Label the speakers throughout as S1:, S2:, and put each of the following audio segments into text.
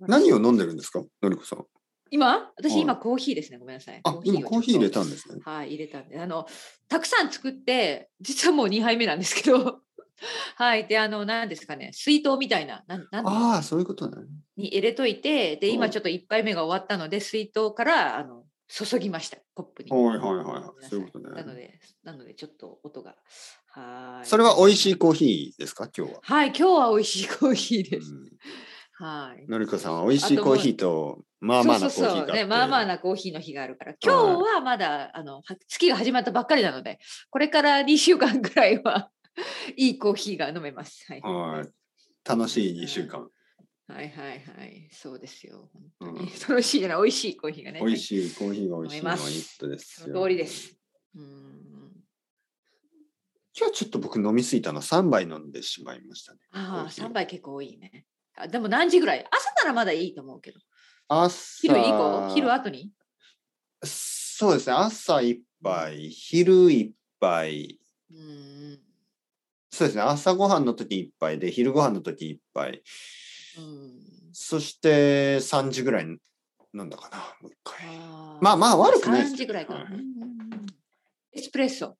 S1: 何を飲んでるんですかのりこさん。
S2: 今私
S1: はい
S2: 今コーヒーですね。ごめんなさい。
S1: あ、今コーヒー入れたんですね。
S2: た。はい、入れたんで。あの、たくさん作って、実はもう2杯目なんですけど。 はい。で、あの、何ですかね。水筒みたいな。なんなんていうの
S1: ああ、そういうことね。
S2: に入れといて、で、
S1: う
S2: 今
S1: ん
S2: ちょっと1杯目が終わったので、水筒から、あの、注ぎました。コップに。
S1: はいはいはいはい
S2: ごめんなさ
S1: そういうことね
S2: なので、なので、ちょっと音が。はーい。
S1: それは美味しいコーヒーですか今日は。
S2: はい、今日は美味しいコーヒー
S1: う
S2: です。
S1: ん
S2: はい。
S1: のりこさんは美味しいコーヒーと、まあまあなコーヒ
S2: そう
S1: ーが
S2: そ
S1: あ
S2: う
S1: っ
S2: そう
S1: て。
S2: ね、まあまあなコーヒーの日があるから、今日はまだあのは月が始まったばっかりなので、これから2週間ぐらいは いいコーヒーが飲めます。はい、
S1: はい。楽しい2週間。
S2: はい、はいはい、そう ですよ。
S1: う
S2: 本
S1: ん
S2: 当に楽しいじゃない、美味しいコーヒーがね。
S1: 美味
S2: い。
S1: しいコーヒーが美味しいのはいいことです
S2: そ
S1: よ。
S2: の通りです。うん。
S1: 今日ちょっと僕飲みすぎたの3杯飲んでしまいましたね。
S2: あ
S1: コー
S2: あ、
S1: ヒー
S2: 3杯結構多いね。あでも何時ぐらい朝ならまだいいと思うけど。
S1: 朝
S2: 昼以降昼後に
S1: そうですね。朝1杯、昼1杯。
S2: うん。
S1: そうですね。朝ごはんの時1杯で、昼ごはんの時1杯。
S2: うん。
S1: そして3時ぐらいに飲んだかな。もう一回。
S2: あー
S1: まあまあ悪くないです
S2: 3時ぐらいか。
S1: はい
S2: うんうんうんエスプレッソ。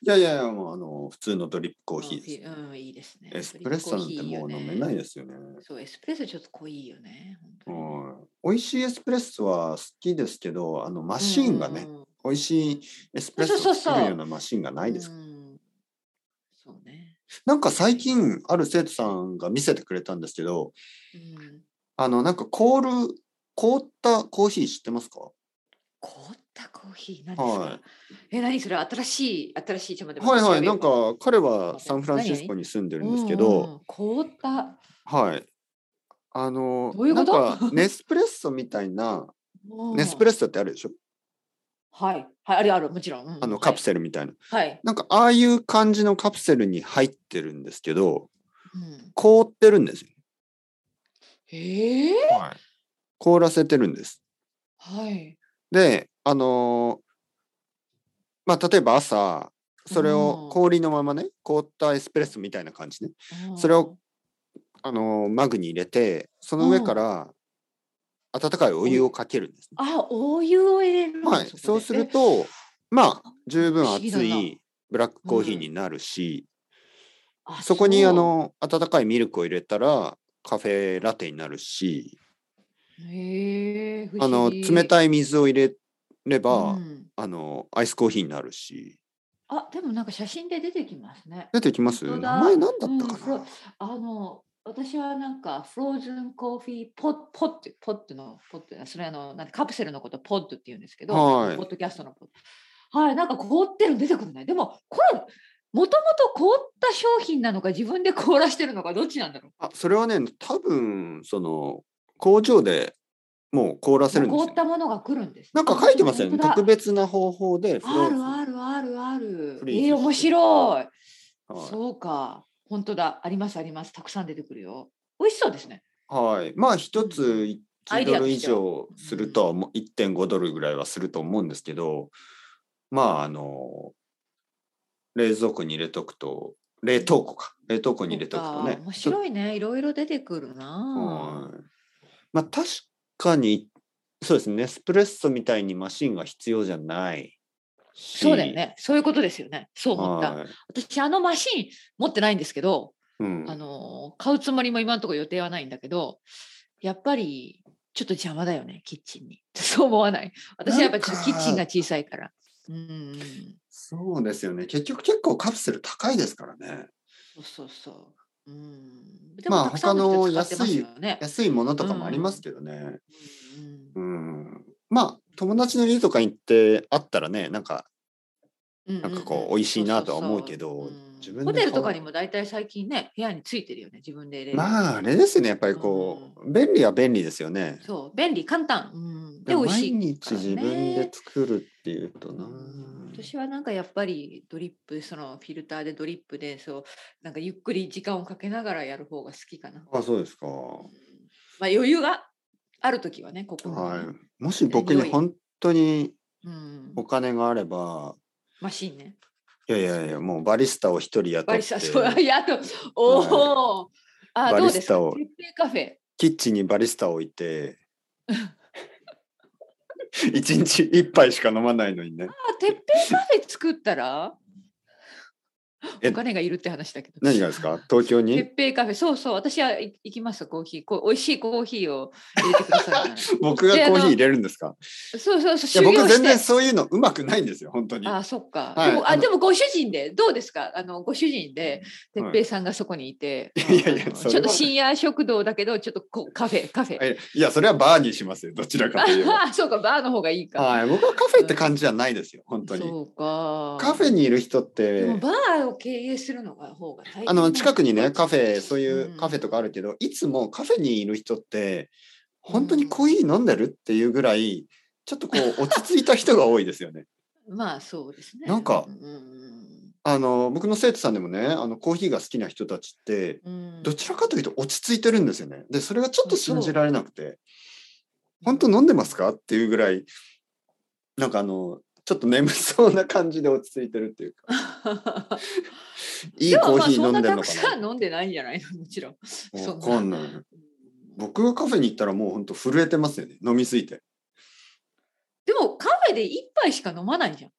S1: いやいやいや、もうあの、普通のドリップコーヒーです。
S2: うん、いいですね。
S1: エスプレッソなんてもう飲めない
S2: よ。
S1: ですよね。
S2: そう、エスプレッソちょっと濃いよね。本
S1: はい美味しいエスプレッソは好きですけど、あのマ
S2: 当に
S1: シーンがね、。美味しいエスプレッソ
S2: そ
S1: を
S2: うそうそう
S1: 作るようなマシーンがな
S2: ない
S1: です。
S2: そうね。
S1: なんか最近ある生徒さんが見せてくれたんですけど、
S2: うん。
S1: あのなんか凍る凍ったコーヒー知ってますか？
S2: 凍ったコーヒーなんです
S1: は
S2: か
S1: い。
S2: え、何それ新しい新しいちょっと待って
S1: はいは
S2: 私
S1: い。
S2: 調べよ
S1: なん
S2: う
S1: か彼はサンフランシスコに住んでるんですけ
S2: うんうん
S1: ど、
S2: うん凍った。
S1: はい。あの
S2: どういうこと
S1: なんかネスプレッソみた いなネスプ
S2: レッ
S1: レッソってあるでしょ？
S2: ソ。はいはいあるあるもちろん。うん
S1: あのカプセルみたいな。
S2: はい。はい
S1: なんかああいう感じのカプセルに入ってるんですけど、
S2: うん
S1: 凍ってるんですよ。
S2: ええ。
S1: はい、凍らせてるんです。
S2: はい。
S1: で、あのーまあ、例えば朝、それ
S2: う
S1: を
S2: ん
S1: 氷のままね、凍ったエスプレッソみたいな感じね、それをあのーマグに入れて、その上から温かいお湯をかけるんですね、
S2: あ、お湯を入れるの。
S1: はい、
S2: こで
S1: そうする。
S2: え
S1: と、まあ、十分
S2: 不思議だ
S1: 熱
S2: ない
S1: ブラックコーヒーになるし、
S2: あ
S1: そこに
S2: う
S1: あの温かいミルクを入れたら、カフェラテになるし、
S2: へえ。
S1: あの冷
S2: い
S1: たい水を入れれば、
S2: うん
S1: あのアイスコーヒーになるし。
S2: あ、でもなんか写真で出てきますね。
S1: 出てきます名
S2: 本当だ
S1: 前何だった
S2: うん
S1: か
S2: そ
S1: な、
S2: うあの、私はなんかフローズンコーヒーポッポッてポッてのポッてそれあのなんてカプセルのことポッドって言うんですけど、
S1: はい
S2: ポッドキャストのポッド。はい、なんか凍ってるの出てくるね。でもこれもともと凍った商品なのか自分で凍らしてるのかどっちなんだろう。
S1: あそれはね多分その工場でもう凍らせるんです
S2: 凍
S1: よ
S2: ったものが来るんですね。
S1: なんか書いてますよね
S2: 本当だ
S1: 特別な方法でフロ
S2: あ
S1: ーズ
S2: る
S1: ン
S2: あるあるある
S1: フ。リーズして
S2: えー、面白い。
S1: は
S2: そうか。本当だ。ありますあります。たくさん出てくるよ。美味しそうですね。
S1: い、はい、まあ一つ
S2: アイ
S1: 1
S2: デ
S1: ド
S2: アと
S1: ル以
S2: しては
S1: 上するとはもう1.5ドルぐらいはすると思うんですけどまああの冷蔵庫に入れとくと冷凍庫か冷凍庫に入れとくと
S2: そ
S1: ね
S2: うか面白いね。いろいろ出てくる
S1: は
S2: な。
S1: いまあ確かにそうですねエスプレッソみたいにマシンが必要じゃないし
S2: そうだよね。そういうことですよね。そう思った。
S1: はい
S2: 私、あのマシン持ってないんですけど、
S1: うん
S2: あのー買うつもりも今のところ予定はないんだけど、やっぱりちょっと邪魔だよね、キッチンに。 そう思わない。私はやっぱちょっとキッチンが小さいから。うん。
S1: そうですよね結局結構カプセル高いですからね
S2: そうそうそう。うん。で
S1: まあ
S2: たくさんの人
S1: 他の
S2: 使ってますよね。
S1: 安いものとかもありますけどね
S2: うん
S1: うん、まあ友達の家とかに行ってあったらねなんか
S2: な
S1: なんかこう美味しいなとは思うけど自分で
S2: ホテルと
S1: 買
S2: かに
S1: う
S2: も大体最近ね部屋についてるよね自分で入れる
S1: まああれですよねやっぱりこう便利は便利ですよね
S2: そう便利簡単、うん、で美
S1: でも
S2: 味し
S1: 毎
S2: い、
S1: 日自分で作るっていうと
S2: う
S1: なん
S2: 私はなんかやっぱりドリップそのフィルターでドリップでそうなんかゆっくり時間をかけながらやる方が好きかな、
S1: あそうですか
S2: うんまあ余裕がある時はねここにね、
S1: はい、もし僕に本当に
S2: うん
S1: お、金があれば、
S2: マシンね
S1: いやいやいや、もうバリスタを一人雇って、
S2: バリスタそういやあとおお、あ
S1: バ
S2: ど
S1: リ
S2: うで
S1: ス
S2: す
S1: タ
S2: か
S1: を
S2: 絶対カフェ
S1: キッチンにバリスタを置い て、一日一杯しか飲まないのにね。
S2: あ、てっぺんカフェ作ったら
S1: え
S2: お金がいるって話だけど。
S1: 何がですか東京
S2: て
S1: に
S2: っぺいカフェ、そうそう、私はい行きます、コーヒー。こう美味しいコーヒーを入れてくださいなら。 そ
S1: 僕が
S2: であの
S1: コーヒー入れるんですか
S2: うそうそう、
S1: いや
S2: 修行
S1: 僕
S2: し
S1: 全然
S2: て。
S1: そういうのうまくないんですよ、本当に。
S2: あそっか。
S1: はい
S2: でも
S1: あ
S2: あ
S1: の
S2: でもご主人で、どうですかあのご主人で、てっぺいさんがそこにいて、
S1: いやいや
S2: あの
S1: それは
S2: ちょっと深夜食堂だけど、ちょっとこうカフェ、カフェ。
S1: えいや、それはバーにしますよ、どちらかといえば。
S2: あ そうか、バーの方がいいか。
S1: はい、僕はカフェって感じじゃないですよ、本当に。
S2: そうか。
S1: カフェにいる人っ
S2: で
S1: て
S2: も、バーを経営するのが方が大変
S1: あの近くにね、カフェ、そうい
S2: うん
S1: うカフェとかあるけど、いつもカフェにいる人って、本当にコーヒー飲んでるっていうぐらい、ちょっとこ う、落ち着いた人が多いですよね。
S2: まあそうですね。
S1: なんか
S2: うんうん
S1: あの僕の生徒さんでもね、あのコーヒーが好きな人たちって、
S2: うんうん
S1: どちらかというと落ち着いてるんですよね。で、それがちょっと信じられなくて、
S2: うん
S1: 本当飲んでますかっていうぐらい、なんかあの、ちょっと眠そうな感じで落ち着いてるっていうか、 いい
S2: でも
S1: コー
S2: まあ
S1: ヒー飲んでるの
S2: そ
S1: か
S2: んなたくさ
S1: な。
S2: ん飲んでないんじゃないのも ちろん。そ
S1: わかんない。僕がカフェに行ったらもう本当震えてますよね。飲みすぎて。
S2: でもカフェで一杯しか飲まないじゃん。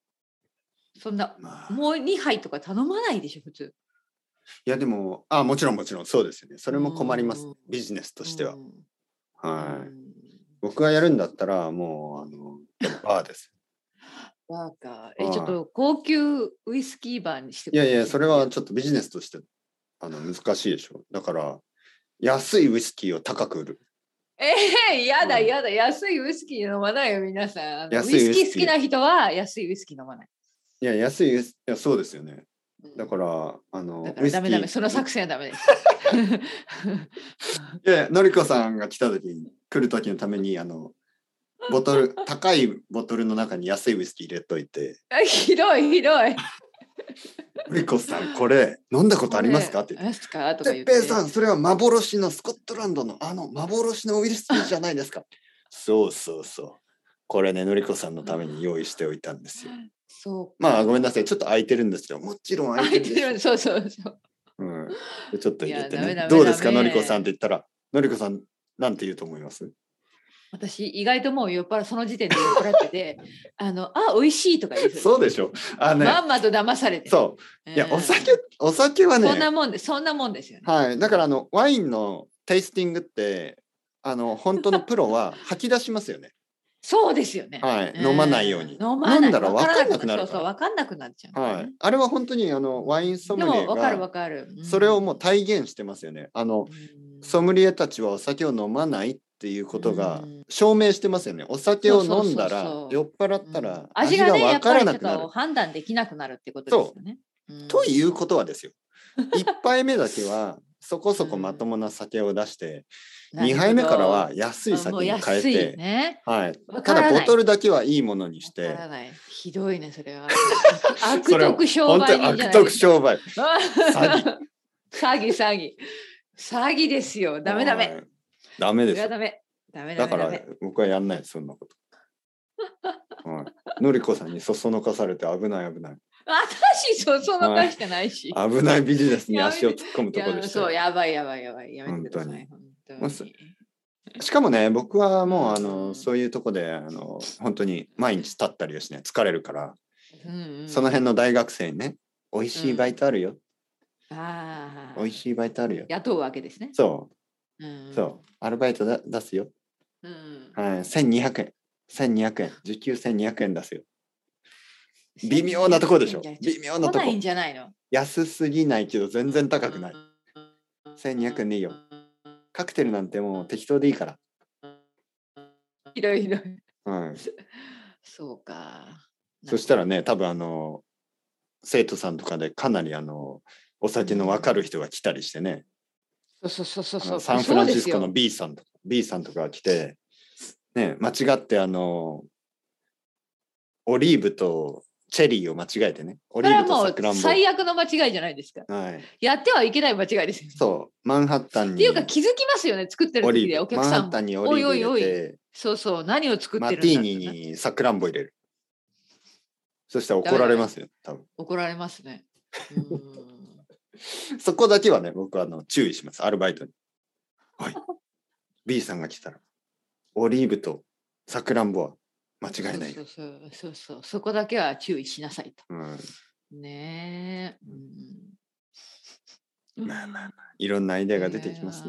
S2: そんな
S1: まあ、
S2: もう二杯とか頼まないでしょ普通。
S1: いやでも、あ、もちろんもちろんそうですよね。それも困ります
S2: うん。
S1: ビジネスとしては
S2: う。ん
S1: はい。
S2: うん
S1: 僕がやるんだったら、もう、あの、バーです。
S2: バーか。
S1: は
S2: え
S1: い
S2: ちょっと高級ウイスキーバーにしてく
S1: い
S2: だ
S1: や
S2: さ
S1: いや、それはち
S2: ょっ
S1: ょっとビジネスとして、あの、難しいでしょ。だから、安いウイスキーを高く売る。
S2: えー、やだ
S1: うん
S2: やだ安いウイスキー飲まないよ皆さんあの
S1: 安
S2: ウ
S1: い
S2: イ
S1: ウイスキー
S2: スキー好きな人は安いウイスキー飲まない。
S1: いや、安いウイス、いや、そうですよね。
S2: うん
S1: だから、あの
S2: だ、からダメダメ、その作戦はダメです。
S1: いやいや、のりこさんが来た時に、来る時のために、あの、ボトル、高いボトルの中に安いウイスキー入れといて、
S2: あひどいひどい。
S1: のりこさん、これ、飲んだことありますかって言って
S2: ありますかとか言
S1: てっ
S2: って。
S1: ぺいさん、それは幻のスコットランドのあの幻のウイルスじゃないですか。そうそうそう。これね、のりこさんのために用意しておいたんですよ。
S2: そう。
S1: まあ、ごめんなさい。ちょっと空いてるんですよ。もちろん空い
S2: 入
S1: て
S2: っ
S1: るん
S2: て
S1: です
S2: る
S1: よ。
S2: んそうそうそう。
S1: うん、でちょっと入れ
S2: い
S1: て
S2: やダメダ
S1: ね
S2: メ。
S1: どうですか、
S2: ダ
S1: の
S2: メ
S1: りこさんって言ったら、のりこさん、なんて言うと思い ます
S2: 私意外ともう酔っ払その時点で酔っ払ってて、 あのあ美味しいとか言う。
S1: そうでしょ。あね、
S2: まんまと騙されて。
S1: そうう。
S2: ん。
S1: いや、お酒、お酒は
S2: そんな
S1: ね、
S2: もんでそんなもんですよね。
S1: はい。だから、あの、ワインのテイスティングって、あの、本当のプロ は吐き出しますよね。
S2: そうですよね。
S1: はい。
S2: ん
S1: 飲まないように。
S2: 飲まない。
S1: 飲んだら分かんなくな
S2: わ
S1: る
S2: そうそ
S1: か
S2: う
S1: ら。
S2: 分かんなくなっちゃう。
S1: はい。。あれは本当にあのワインソム
S2: で
S1: リエ
S2: も分かる
S1: が
S2: 分かる。うん
S1: それをもう体現してますよね。あの
S2: うん
S1: ソムリエたちはお酒を飲まないっていうことが
S2: うん
S1: 証明してますよね。お酒
S2: そ
S1: を
S2: うそうそうそう
S1: 飲んだら酔っ払った
S2: うん
S1: ら
S2: 味
S1: 味
S2: が
S1: が
S2: ねや
S1: 分
S2: っ
S1: か
S2: ぱ
S1: ら
S2: りちょ
S1: な
S2: っ
S1: くなる
S2: と。判断できなくなるってことですよね。うん
S1: ということ はですよ。1杯目だけはそこそこまともな酒を出して、2杯目からは安い酒に変え
S2: もう安い
S1: て、
S2: ね。
S1: はい
S2: わ。か
S1: た
S2: らない
S1: だボトルだけはいいものにし
S2: わ
S1: て
S2: か、らないひどいねそれ は。悪
S1: それは
S2: 徳商
S1: 本当
S2: 売人
S1: に
S2: じゃ
S1: 悪
S2: ない
S1: 徳商売。詐欺。
S2: 詐欺詐欺詐欺ですよ。ダメダ
S1: は
S2: メ。
S1: い。ダメ
S2: そ
S1: で
S2: れ
S1: す
S2: は。ダメ。ダメダメ
S1: だか
S2: ダ
S1: ら
S2: メ。
S1: 僕はやんないそんなこと。はい、のりこさんにそそのかされて危ない危ない
S2: 私そうそのかしてないし。
S1: 危ないビジネスに足を突っ込む
S2: い
S1: とこ
S2: や
S1: でし
S2: そう
S1: たよ
S2: やばいやばいやばいやめてください。本
S1: ま
S2: 当
S1: あそ
S2: に。
S1: しかもね僕はもうあ
S2: うん
S1: のそういうとこであの本当に毎日立ったりはしない疲れるから、
S2: うんうん
S1: その辺の大学生にね美味しいバイトあるよ、
S2: ああ
S1: 美味しいバイトあるよ、
S2: 雇うわけですね。
S1: そ
S2: うん
S1: うそうアルバイトだ出すよ、
S2: うん。うん
S1: はい、1200円1200円時給1200円出すよ微妙なとこでしょ微妙なとこ
S2: 来ないんじゃないの
S1: 安すぎないけど全然高くない1200円でいいよ。カクテルなんてもう適当でいいから。
S2: ひどいひどい。
S1: はい、
S2: そうか。
S1: そしたらね、多分あの、生徒さんとかでかなりあの、お酒の分かる人が来たりしてね、
S2: そうそうそう
S1: あ
S2: そ
S1: の
S2: う。
S1: サンフランシスコ
S2: そう
S1: の B さんとか、B さんとかが来て、ね、間違ってあの、オリーブとチェリーを間違えてね、オリ
S2: ですよ。それは
S1: ーブと
S2: も
S1: サクラ
S2: う
S1: ン
S2: 最悪の間違いじゃないですか。
S1: ボ。はい、
S2: やってはいけない間違いですよ。
S1: そう、マンハッタン
S2: っ
S1: に
S2: ていうか気づきますよね、作ってる
S1: オ
S2: 時
S1: リ
S2: でお
S1: ーブ、
S2: 客
S1: マンハ
S2: さ
S1: ッ
S2: んも
S1: タ。ンにオリーブ入
S2: おいおいお
S1: れて、
S2: そうそう、何を作っ
S1: マ
S2: て
S1: テ
S2: るんだ
S1: ィ
S2: っ
S1: ー
S2: て
S1: ニ
S2: ね
S1: にサクランボ入れる。そしたら怒られますよ、多分。
S2: 怒られますね。うーん
S1: そこだけはね、僕はあの注意します、アルバイトに。はい。 B さんが来たら、オリーブとさくらんぼは間違いない
S2: そう。そう
S1: よ
S2: そうそうそうそこだけは注意しなさいと。
S1: うん、
S2: ねえ。うん
S1: まあまあまあ、いろんなアイデアが出てきます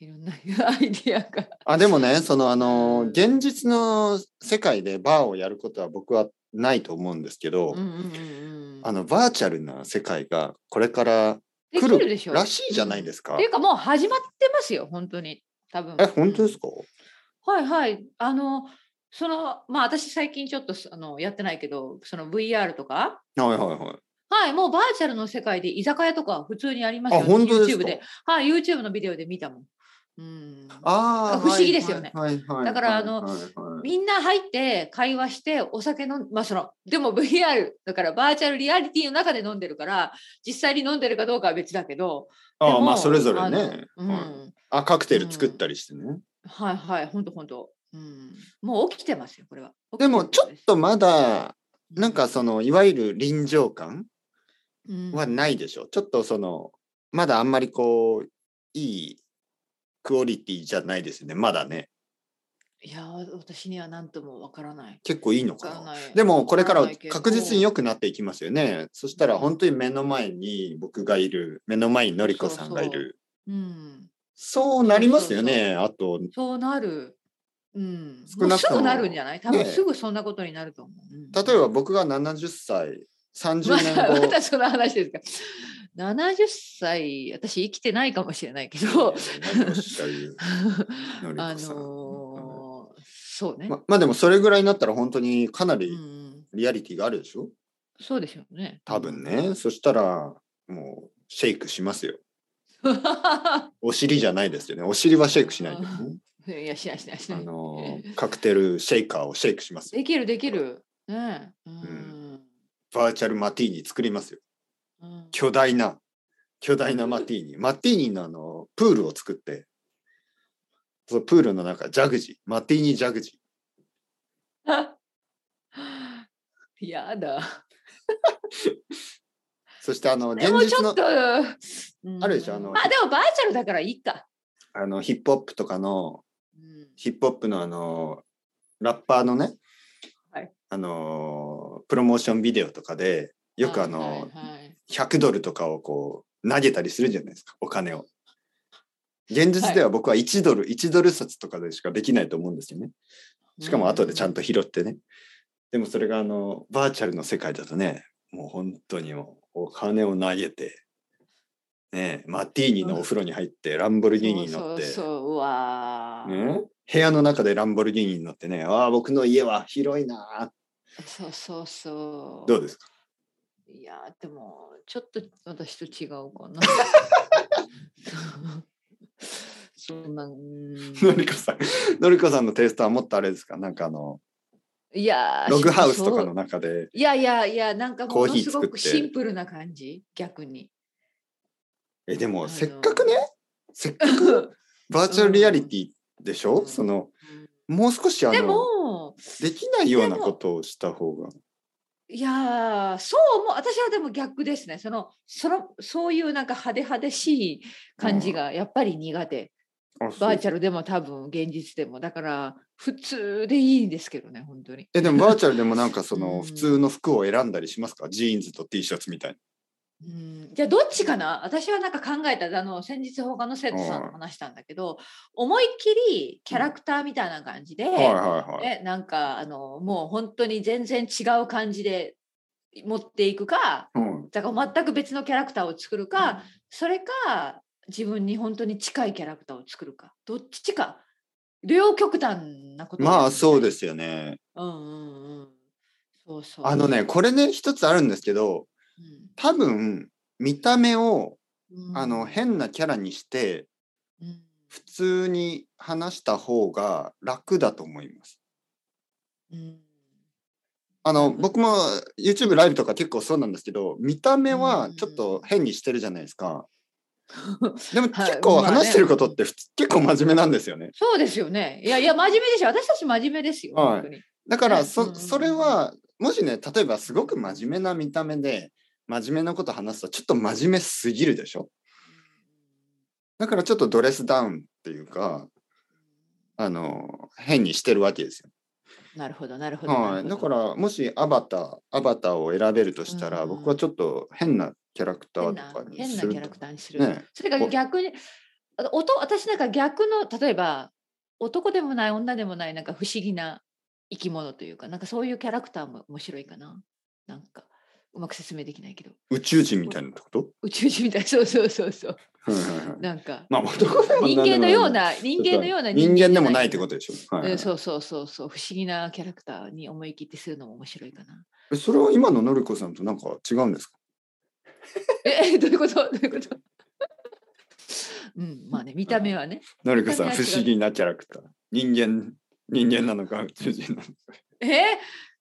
S2: いや
S1: ね
S2: ー。いろんな アイディアが。
S1: あでもね、そのあの、現実の世界でバーをやることは僕はないと思うんですけど、
S2: うんうんうんうん
S1: あの、バーチャルな世界がこれから
S2: でき
S1: 来
S2: るでしょ
S1: るらしいじゃない
S2: す
S1: です
S2: か
S1: か
S2: ってい。うかもう始まってますよ、本当に。多分
S1: え、本当です
S2: か
S1: か
S2: はいはい。あの、その、まあ私最近ちょっとあのやってないけど、その VR とか、
S1: はいはいはい。
S2: はい、もうバーチャルの世界で居酒屋とか普通にありますよ、
S1: あ、本当です
S2: YouTube
S1: か
S2: で。はい、YouTube のビデオで見たもん。うん、
S1: ああ、
S2: 不思議ですよね
S1: はいはいはいはい
S2: だからあの
S1: はいはい
S2: みんな入って会話してお酒飲んまあそのでも VR だからバーチャルリアリティの中で飲んでるから実際に飲んでるかどうかは別だけどで
S1: ああ、
S2: も
S1: まあそれぞれ
S2: あの
S1: ね。
S2: う
S1: はい
S2: ん、
S1: あ、カクテル作ったりしてね。
S2: はいはい本当本当うんもう起きてますよこれは
S1: でもちょっとまだ、なんか
S2: そ
S1: その、いわゆる臨場感
S2: うん
S1: はないでしょ。ちょっとその、まだあんまりこう、いいクオリティじゃないですね。まだね。
S2: いやー私には何ともわからない
S1: 結構いいの
S2: わ
S1: か
S2: から
S1: な。
S2: ない
S1: でもこれから
S2: わ
S1: は
S2: ないけど
S1: 確実に良くなっていきますよね。そしたら
S2: うん
S1: 本当に目の前に僕がいる、目の前にのりこさんがいる。
S2: うん
S1: そうなりますよ
S2: そう
S1: ね。あと、
S2: そうなるうん
S1: 少なく
S2: もうす
S1: とも
S2: ぐなるんじゃない多分
S1: ねえ
S2: すぐそんなことになると思う、うん
S1: 例えば僕が70歳、30
S2: ま
S1: 年
S2: た、 ま
S1: 後。
S2: た その話ですか。70歳、私生きてないかもしれないけ ど、
S1: 何をおっしゃるのり
S2: あ
S1: こさ
S2: の
S1: ん
S2: ーそうね、
S1: ままあでもそれぐらいになったら本当にかな
S2: う
S1: り
S2: ん。
S1: リアリティがあるでしょ
S2: そうですよね。
S1: 多分。ね。そしたらもうシェイクしますよ。お尻じゃないですよね。お尻はシェイクしないけどね。
S2: いや、しないしないし
S1: あ
S2: ない。
S1: のーカクテルシェイカーをシェイクしますよ。
S2: できるできる。ねえ。うん。
S1: バーチャルマティーニ作りますよ。
S2: うん
S1: 巨大な、巨大なマティーニ。マティーニのあの、プールを作って、そのプールの中、ジャグジー、マティーニジャグジー。
S2: やだ。
S1: そしてあの、
S2: で
S1: 現
S2: もち
S1: 実
S2: ょ
S1: の
S2: っと、うん
S1: あるでしょあの
S2: まあでもバーチャルだからいいか。
S1: あのヒップホップとかの、
S2: うん
S1: ヒップホップのあの、ラッパーのね、
S2: はい
S1: あの、プロモーションビデオとかで、よくあの、
S2: はいはい
S1: 100ドルとかをこう、投げたりするじゃないですか、お金を。現実では僕は1ドル、1ドル札とかでしかできないと思うんですよね。しかも後でちゃんと拾ってね。でもそれがあの、バーチャルの世界だとね、もう本当にもうお金を投げて、ねえ、マティーニのお風呂に入って、ランボルギーニに乗って、
S2: そうそうそううわー、
S1: ね部屋の中でランボルギーニに乗ってね、ああ、僕の家は広いなあ
S2: そうそうそう
S1: どうですか
S2: いやーでもちょっと私と違うかな そんなう ー
S1: の
S2: ん
S1: りこさん、のりこさんのテイストはもっとあれですかなんかあの、
S2: いやー
S1: ログハウスと
S2: そ
S1: か
S2: う
S1: の中で、
S2: いやいやいやなんか
S1: コ
S2: も
S1: ー
S2: の
S1: ヒー
S2: すご
S1: 作って
S2: くシンプルな感じ逆 に
S1: え、で
S2: あ
S1: も
S2: の
S1: せっかくね、せっか
S2: う
S1: く
S2: ん
S1: バーチャルリアリティでしょ、
S2: うん
S1: その、もう少しあ
S2: で
S1: の、
S2: も
S1: できないようなことをした方が。
S2: いやーそうも私はでも逆ですねそのそのそういうなんか派手派手しい感じがやっぱり苦手、
S1: あそう
S2: バーチャルでも多分現実でもだから普通でいいんですけどね本当に
S1: えでもバーチャルでもなんかそうの
S2: ん
S1: 普通の服を選んだりしますかジーンズと T シャツみたい
S2: うんじゃあどっちかな私はなんか考えたあの先日他の生徒さんと話したんだけど思いっきりキャラクターみたいな感じで、
S1: な。はいはいはい。
S2: ね、なんかあのもう本当に全然違う感じで持っていくか
S1: うん、
S2: だから全く別のキャラクターを作るか、それか自分に本当に近いキャラクターを作るかどっちか両極端なこと
S1: まあそう
S2: す
S1: で
S2: ね
S1: すよね。
S2: うんうんうん。そうそう。
S1: あのね、これね、一つあるんですけど、多分見た目を
S2: うん、
S1: あの変なキャラにして、
S2: うん
S1: 普通に話した方が楽だと思います。
S2: うん
S1: あの、僕も YouTube ライブとか結構そうなんですけど、見た目はちょっと変にしてるじゃないで すか。でも
S2: はい
S1: 結構
S2: まあね
S1: 話してることって普通結構真面目なんですよね。
S2: そうですよね。いやいや、真面目でしょ。私たち真面目ですよ。
S1: は
S2: 本
S1: い
S2: 当に
S1: だか
S2: ね
S1: ら
S2: うんう
S1: そ
S2: ん
S1: それはもしね例えばすごく真面目な見た目で真面目なこと話すとちょっと真面目すぎるでしょだからちょっとドレスダウンっていうかあの変にしてるわけですよ。
S2: なるほど、なるほど。
S1: はい、
S2: な
S1: だ
S2: るほど
S1: からもしアバターアバターを選べるとしたら、
S2: うんうん
S1: 僕はちょっと変なキャラクタ
S2: 変
S1: ー
S2: な
S1: とかに
S2: 変な
S1: す
S2: キャ
S1: ると
S2: ラクターにする。
S1: ね
S2: それが
S1: こう
S2: 逆に、あの音私なんか逆の、例えば男でもない女でもない、なんか不思議な生き物というか、なんかそういうキャラクターも面白いかな。なんかうまく説明できないけど、
S1: 宇宙人みたいなってこと、
S2: 宇宙人みたい、 そうそうそうそう、
S1: はいはいはい
S2: なんか。
S1: まあ男でも
S2: 人間
S1: 女でも
S2: の
S1: ない
S2: ような人間のような
S1: 人間でもないって
S2: と
S1: ことでしょ、はい
S2: えー
S1: はい
S2: そうそうそうそう不思議なキャラクターに思い切ってするのも面白いかな。
S1: えそれは今ののりこさんとなんか違うんですか
S2: えどういうこと どういうことうんまあね見た目はね。
S1: のりこさん
S2: 見た目
S1: 不
S2: は違う
S1: 思議なキャラクター人間人間なのか宇宙人 なのか
S2: えー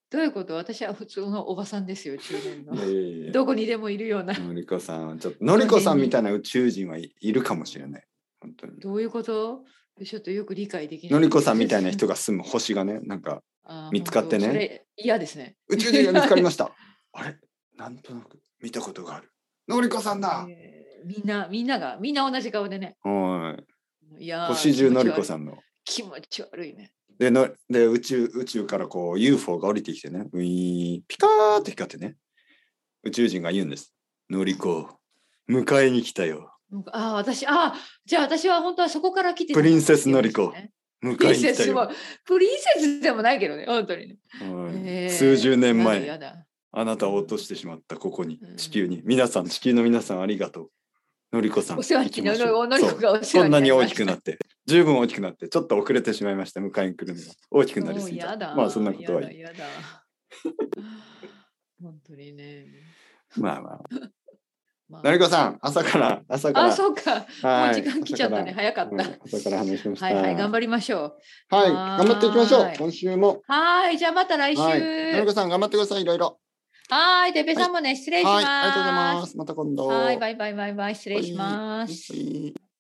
S2: どういうこと私は普通のおばさんですよ中年
S1: いや
S2: の。
S1: いやいや
S2: どこにでもいるような。
S1: のりこさんはちょっとのりこさんみたいな宇宙人はいいるかもしれない本当に
S2: どういうことちょっとよく理解できない。
S1: のりこさんみたいな人が住む星がねなんか
S2: あー
S1: 見つかってね。
S2: 本当それ嫌ですね。
S1: 宇宙人が見つかりました。あれなんとなく見たことがある。のりこさんだ、
S2: えーみんなみんながみんな同じ顔でね。
S1: はい。
S2: いやー
S1: 星中のりこさんの。
S2: 気持ち悪い気持ち悪いね。
S1: でので宇宙宇宙からこう UFO が降りてきてね、ウィーンピカーって光ってね、宇宙人が言うんです。のりこ、迎えに来たよ。
S2: なんかああ私ああじゃあ私は本当はそこから来てた
S1: プリンセスのりこ
S2: そうですね
S1: 迎
S2: プリ
S1: え
S2: ン
S1: に
S2: セ
S1: 来た
S2: ス
S1: よ。
S2: もプリンセスでもないけどね本当にね、
S1: はい
S2: えー
S1: 数十年
S2: や
S1: 前、
S2: だやだ
S1: あなたを落としてしまったここに
S2: うん、
S1: 地球に。皆さん、地球の皆さんありがとう。のりこさん。
S2: お世話にな
S1: 行き
S2: り
S1: ましょう
S2: のりこがお世
S1: そ
S2: 話
S1: んなに大きくな
S2: っ
S1: って、十分大きくなって、ちょっと遅れてしまいました、迎えに来るのが。大きくなりすぎた。まあそんなことはいい。
S2: いやだや だ本当にね、
S1: まあまあ。
S2: まあ
S1: のりこさん、朝から、朝から。
S2: あそうかも
S1: は
S2: う
S1: い
S2: 時間来ちゃったね。早かっ
S1: 朝か
S2: た、
S1: らうん朝から話しました。
S2: はいはい頑
S1: 張
S2: 張りましょう
S1: はい、
S2: はーい
S1: 頑張っていきましょう。今週も。
S2: はーいじゃあまた来週
S1: はい。のりこ
S2: は
S1: さん、頑張ってください。いろいろ。
S2: ーいてっぺさんもね失礼し
S1: は
S2: ま
S1: い、
S2: す
S1: ありがとうございます。また今度。
S2: はいバイバイバイバイ失礼します、
S1: はい